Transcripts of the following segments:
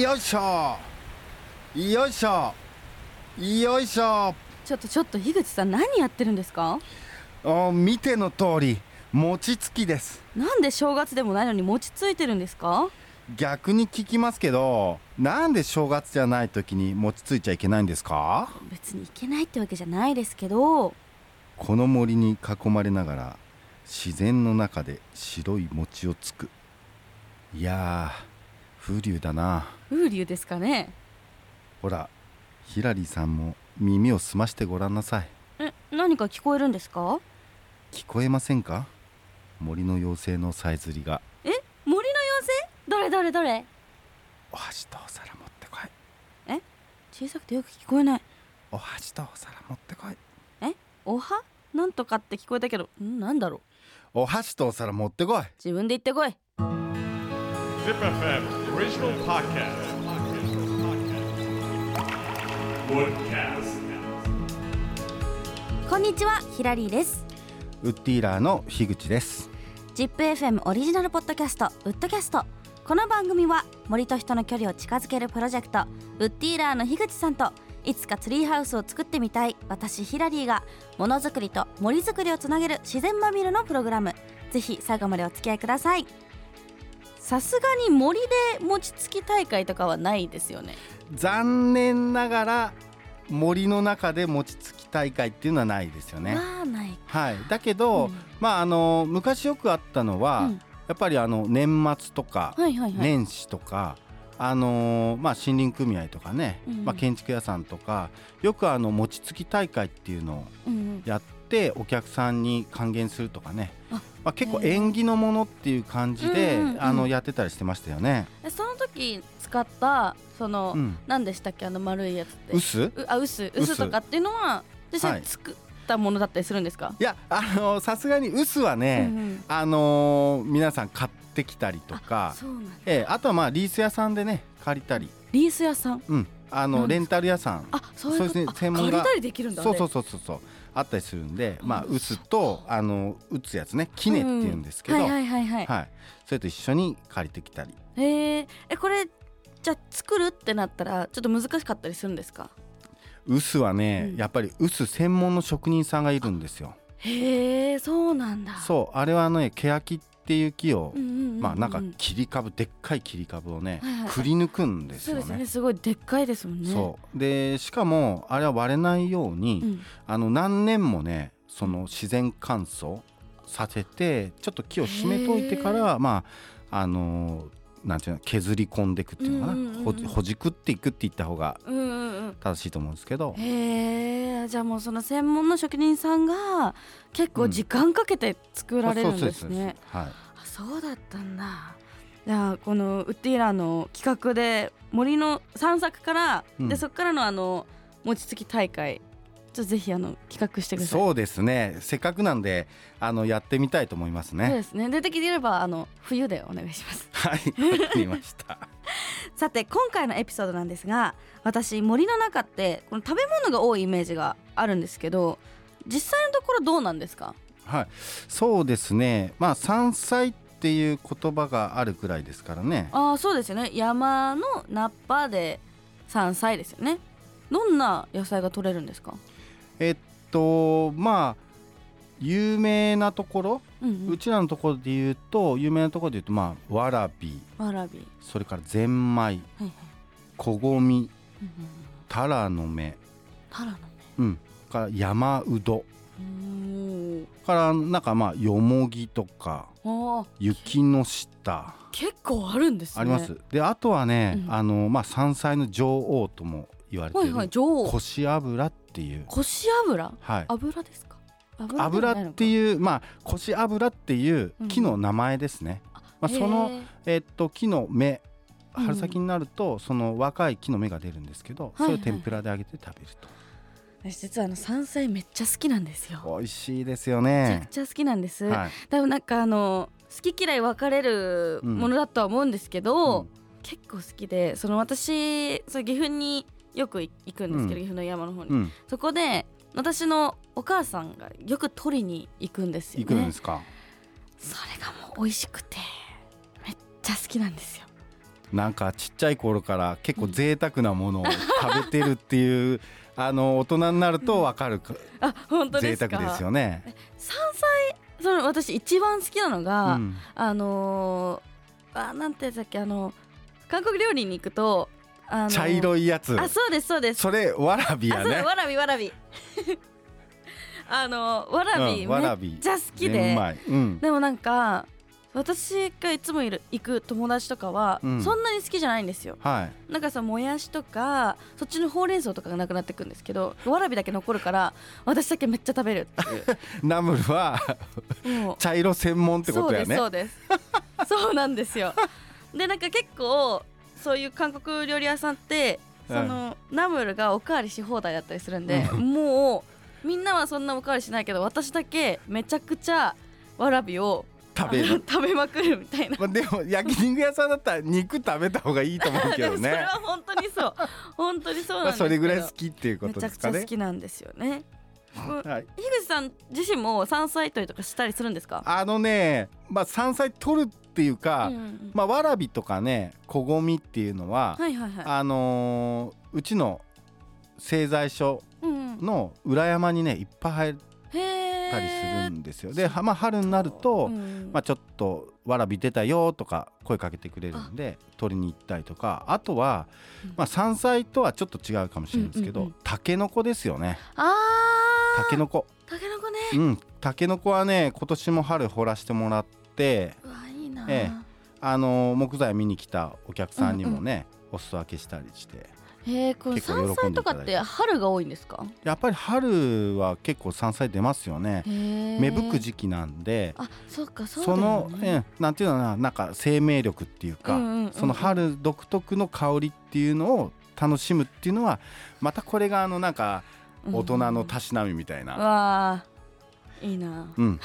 よいしょよいしょよいしょちょっとちょっと樋口さん何やってるんですかお見ての通り餅つきですなんで正月でもないのに餅ついてるんですか逆に聞きますけどなんで正月じゃない時に餅ついちゃいけないんですか別にいけないってわけじゃないですけどこの森に囲まれながら自然の中で白い餅をつくいやー風流だな風流ですかねほらヒラリーさんも耳を澄ましてごらんなさいえ何か聞こえるんですか聞こえませんか森の妖精のさえずりがえ森の妖精どれどれどれお箸とお皿持ってこい小さくてよく聞こえないお箸とお皿持ってこいおはなんとかって聞こえたけどんなんだろうお箸とお皿持ってこい自分で言ってこい Zip FM original podcast. Woodcast. こんにちはヒラリーですウッディーラーの樋口です ZIPFM オリジナルポッドキャストウッドキャストこの番組は森と人の距離を近づけるプロジェクトウッディーラーの樋口さんといつかツリーハウスを作ってみたい私ヒラリーがものづくりと森づくりをつなげる自然まみれのプログラムぜひ最後までお付き合いくださいさすがに森で餅つき大会とかはないですよね残念ながら森の中で餅つき大会っていうのはないですよねまあないはいだけど、うんまああの昔よくあったのは、うんやっぱりあの年末とか、はいはいはい、年始とかあのーまあ、森林組合とかね、うんまあ、建築屋さんとかよくあの餅つき大会っていうのをうんうんやってお客さんに還元するとかねあまあ、結構縁起のものっていう感じで、うんうんうんあのやってたりしてましたよね。えその時使ったその、うん、何でしたっけあの丸いやつって薄うあ薄臼薄とかっていうのは実は際い作ったものだったりするんですか、いやあのさすがに薄はうね、んうんあのー皆さん買ってきたりとあかそうなんだええあとはまあリース屋さんでね借りたり、リース屋さんうん、あなのんでレすンタル屋さんあそういうことそうですねあ専門が借りたりできるんだそうそううそうそうそうあったりするんで、うんまあ薄とあの打つやつねキネっていうんですけど、はいははいいはいはい、それと一緒に借りてきたりへええこれじゃあ作るってなったらちょっと難しかったりするんですか薄はね、うんやっぱり薄専門の職人さんがいるんですよ。へえそうなんだう、そうあれはねケヤキっていう木を、うんうんうんうん、まあなんか切り株でっかい切り株をね、はいはいはいくり抜くんですそうよでね。すねすごいでっかいですもんねそうでしかもあれは割れないように、ん、あの何年もねその自然乾燥させてちょっと木を締めといてかへらまああのなんていうの削り込んでいくっていうのかな、うんうんうんうんほじほじくっていくって言った方がうんうんうん正しいと思うんですけどへえじゃあもうその専門の職人さんが結構時間かけて作られるんですね、まあそうそうそうそうあそうだったんだじゃあこのウッディーラーの企画で森の散策から、うんでそこからのあの餅つき大会ちょっとぜひあの企画してくはいださいそうですねせっかくなんであのやってみたいと思いますそうねですね出てきてればあの冬でお願いしますはいわかりました さて今回のエピソードなんですが私森の中ってこの食べ物が多いイメージがあるんですけど実際のところどうなんですかはいそうですねまあ山菜っていう言葉があるくらいですからねああそうですよね山のナッパで山菜ですよねどんな野菜が取れるんですか、えっとまあ有名なところ、うんうちらのところで言うと有名なところで言うとまあわらびうん、わらび、それからゼンマイはいはいこごみうんうん、タラの芽タラのねうんから山うどうーんからなんかまあよもぎとかあー雪の下結構あるんですねありますであとはね、うんあのまあ山菜の女王とも言われていはいる、はい女王こし油っていうこし油はい油ですか油ってういうまあこし油っていううん木の名前ですね、まあ、その、えっと木の芽うん春先になると、その若い木の芽が出るんですけど、はいはいそれを天ぷらで揚げて食べる私実はあの山菜めっちゃ好きなんですよと美味しいですよめちゃくね。ちゃ好きなんです、はい、多分なんかあの好き嫌い分かれるものだとは思うんですけうど、ん結構好きでその私そう岐阜によく行くんですうんけど、岐阜の山の方に、うん、そこで私のお母さんがよく取りに行くんですよねいくらですか。それがもう美味しくてめっちゃ好きなんですよなんかちっちゃい頃から結構贅沢なものを食べてるっていうあの大人になるとわかるか、あ本当で贅すか沢ですよね。山菜その私一番好きなのうが、ん、あのー、あなんてやつだっけあの韓国料理に行くと、あのー茶色いやつあそうですそうですそれわらびあやそうだね。わらびわらび あのーわらび、うんわらびめっちゃ好きねでうまい。うん。でもなんか私がいつもいる行く友達とかは、うんそんなに好きじゃないんですよはい。なんかさもやしとかそっちのほうれん草とかがなくなってくんですけどわらびだけ残るから私だけめっちゃ食べるってナムルは いうもう茶色専門ってことやね。そうですそうですそうなんですよでなんか結構そういう韓国料理屋さんってその、ナムルがおかわりし放題だったりするんで、もうみんなはそんなおかわりしないけど私だけめちゃくちゃわらびを食べあのる。食べまくるみたいなまあでも焼肉屋さんだったら肉食べた方がいいと思うけでど もそれねは。本当にそう本当にそうなまあんですけそどれぐらい好きっていうこめとちゃでくすちかゃ好ね。きなんですよねうんはい。樋口さん自身も山菜採りとかしたりするんですかあのね、まあ山菜取るっていうか、うんうんまあわらびとかね、こごみっていうのは、はいはいはあのーうちの製材所い、うんうん、の裏山にねいっぱい生えへえたりするんですよ。で、はまあ春になると、うんまあ、ちょっとわらび出たよとか声かけてくれるんで取りに行ったりとかあとはうん、まあ、山菜とはちょっと違うかもしれないですけど、うんうんうタケノコですよねあータケノコたけのこねうんタケノコはね今年も春掘らしてもらってうわいいな、えあの木材見に来たお客さんにもね、お裾分けしたりしてへえこの結構喜んで山いただ菜いてとかって春が多いんですかやっぱり春は結構山菜出ますよねへえ芽吹く時期なんであそっかそうだそよの、ね、ええなんていうのかななんか生命力っていうか、うんうんうんうんその春独特の香りっていうのを楽しむっていうのはまたこれがあのなんかうん大人のたしなみみたいな、わあいいなうん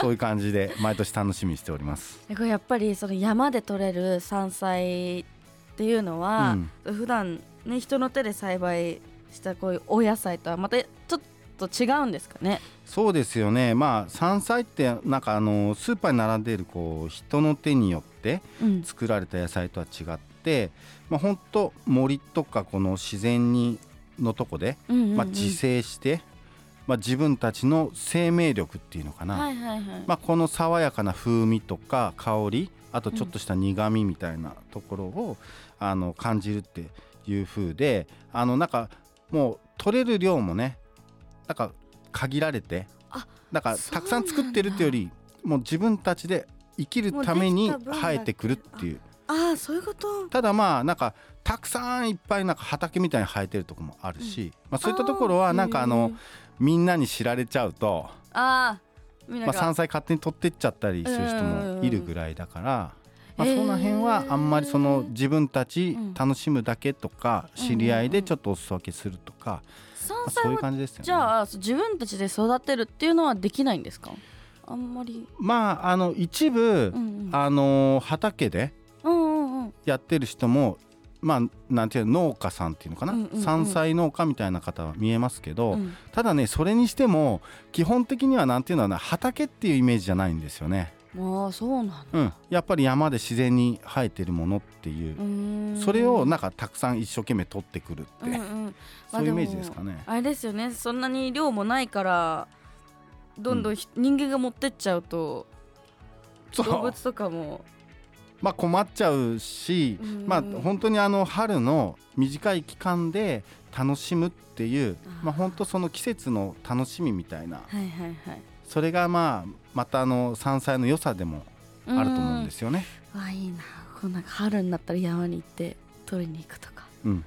そういう感じで毎年楽しみにしております。えこれやっぱりその山で採れる山菜っていうのは、普段ね人の手で栽培したこういうお野菜とはまたちょっと違うんですかねそうですよねまあ山菜ってなんかあのスーパーに並んでいるこう人の手によってうん作られた野菜とは違って、まあ、ほんと森とかこの自然にのとこで、うんうんうんまあ、自生して、まあ、自分たちの生命力っていうのかな、はいはいはい、まあ、この爽やかな風味とか香りあとちょっとした苦味みたいなところを、あの感じるっていう風であのなんかもう取れる量もねなんか限られてあなんかそうたくさん作ってるっていうよりもう自分たちで生きるためにもうできた分だ生えてくるっていうああそういうことただまあなんかたくさんいっぱいなんか畑みたいに生えてるとこもあるし、まあ、そういったところはなんかあのみんなに知られちゃうと。あーみんなまあ、が、山菜勝手に取ってっちゃったりする人もいるぐらいだから、うまあ、んうんうんその辺はあんまりその自分たちうん楽しむだけとかうんうん知り合いでちょっとお裾分けするとか、ま山あ、そう菜いうは感じですよね。じゃあそう自分たちで育てるっていうのはできないんですかあんまりまああの一部、うんうんあの畑でうんうんうんやってる人もまあなんていうの農家さんっていうのかな、うんうんうん山菜農家みたいな方は見えますけど、うんただねそれにしても基本的にはなんていうのかな畑っていうイメージじゃないんですよね。まあそうなんだうん、やっぱり山で自然に生えてるものっていううーんそれをなんかたくさん一生懸命取ってくるって、うんうんまそあういうでイもメージですかね。あれですよねそんなに量もないからどんどんひ、人間が持ってっちゃうとそう動物とかもまあ困っちゃうし、うんまあ本当にあの春の短い期間で楽しむっていうあーまあ本当その季節の楽しみみたいなはいはいはいそれがまあまたあの山菜の良さでもあると思うんですすよね。わあいいなこうなんか春になったら山に行って取りに行くとかうん、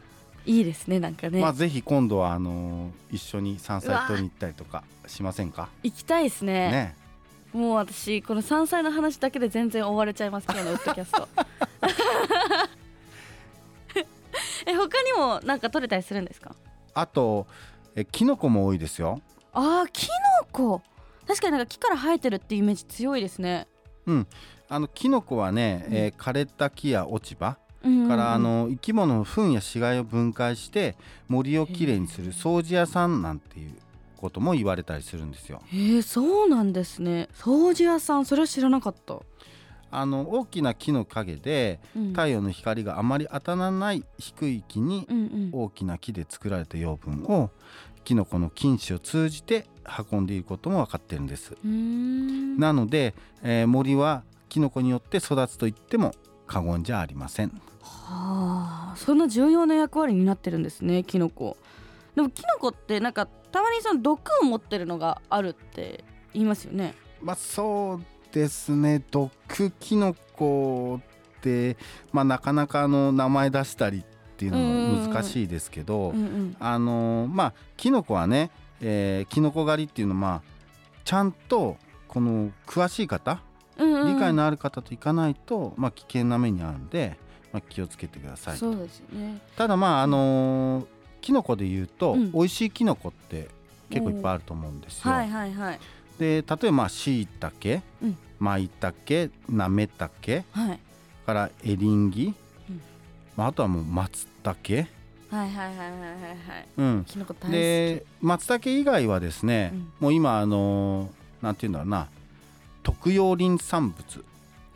いいですねなんかね、まあぜひ今度はあの一緒に山菜取りに行ったりとかしませんか。行きたいですねね。もう私この山菜の話だけで全然追われちゃいます今日のウッドキャス トえ他にもなんか取れたりするんですかあとえキノコも多いですよ。あーキノコ確かになんか木から生えてるっていうイメージ強いですね、あのキノコはね、えー枯れた木や落ち葉うんうんから、あの生き物の糞や死骸を分解して森をきれいにする掃除屋さんなんていうことも言われたりするんですよ。えー、そうなんですね掃除屋さんそれは知らなかったあの大きな木の陰でうん太陽の光があまり当たらない低い木にうんうん大きな木で作られた養分をキノコの菌糸を通じて運んでいることも分かってるんです。うーんなので、えー森はキノコによって育つと言っても過言じゃありません。はあそんな重要な役割になってるんですねキノコでもキノコってなんかたまにその毒を持ってるのがあるって言いますよねまあそうですね毒キノコって、まあ、なかなかあの名前出したりっていうのも難しいですけど、うんうんあのまあキノコはね、えーキノコ狩りっていうのは、まあ、ちゃんとこの詳しい方うんうんうん理解のある方と行かないと、まあ、危険な目に遭うんで、まあ、気をつけてくださいそうですよねただまああのーキノコで言うと、うん美味しいキノコって結構いっぱいあると思うんですよ。はいはいはいで例えばまあしいたけうんまいたけなめたけはいからエリンギ、うんまあ、あとはもう松茸、はいはいはいはいはいはいうん、キノコ大好きで松茸以外はですね、うんもう今あのーなんていうんだろうな特用林産物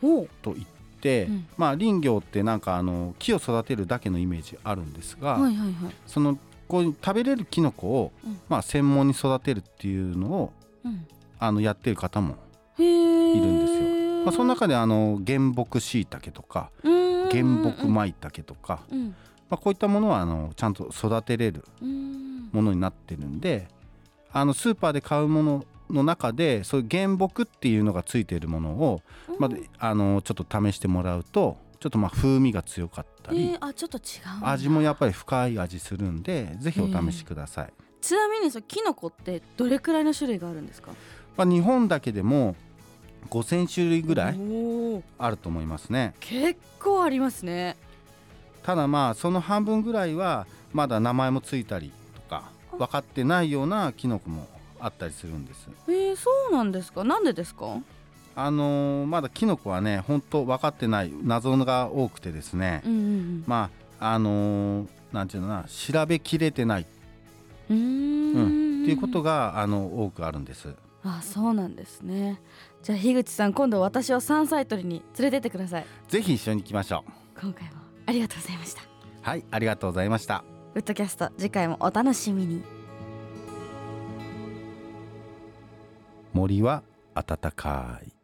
おうといって、うんまあ林業ってなんかあの木を育てるだけのイメージあるんですが、はいはいはいそのこういう食べれるキノコを、うんまあ専門に育てるっていうのをうんあのやってる方も、へえいるんですよまあ、その中であの原木しいたけとか原木まいたけとか、うんまあ、こういったものはあのちゃんと育てれるうんものになってるんであのスーパーで買うものの中でそういう原木っていうのがついているものを、まあうんあのちょっと試してもらうとちょっとまあ風味が強かったり、えーあちょっと違うんだ味もやっぱり深い味するんでぜひお試しください。ちなみにそのキノコってどれくらいの種類があるんですかまあ、日本だけでも5,000種類ぐらいおーあると思いますね。結構ありますねただまあその半分ぐらいはまだ名前もついたりとか分かってないようなキノコもあったりするんです。えー、そうなんですかなんでですかあのーまだキノコはね本当分かってない謎が多くてですね、うんまああのーなんていうのかな調べきれてないっうんうんていうことががあの多くあるんです。あそうなんですねじゃあ樋口さん今度私を山菜採りに連れてってくださいぜひ一緒に行きましょう。今回もありがとうございましたはいありがとうございました。ウッドキャスト次回もお楽しみに森は暖かい。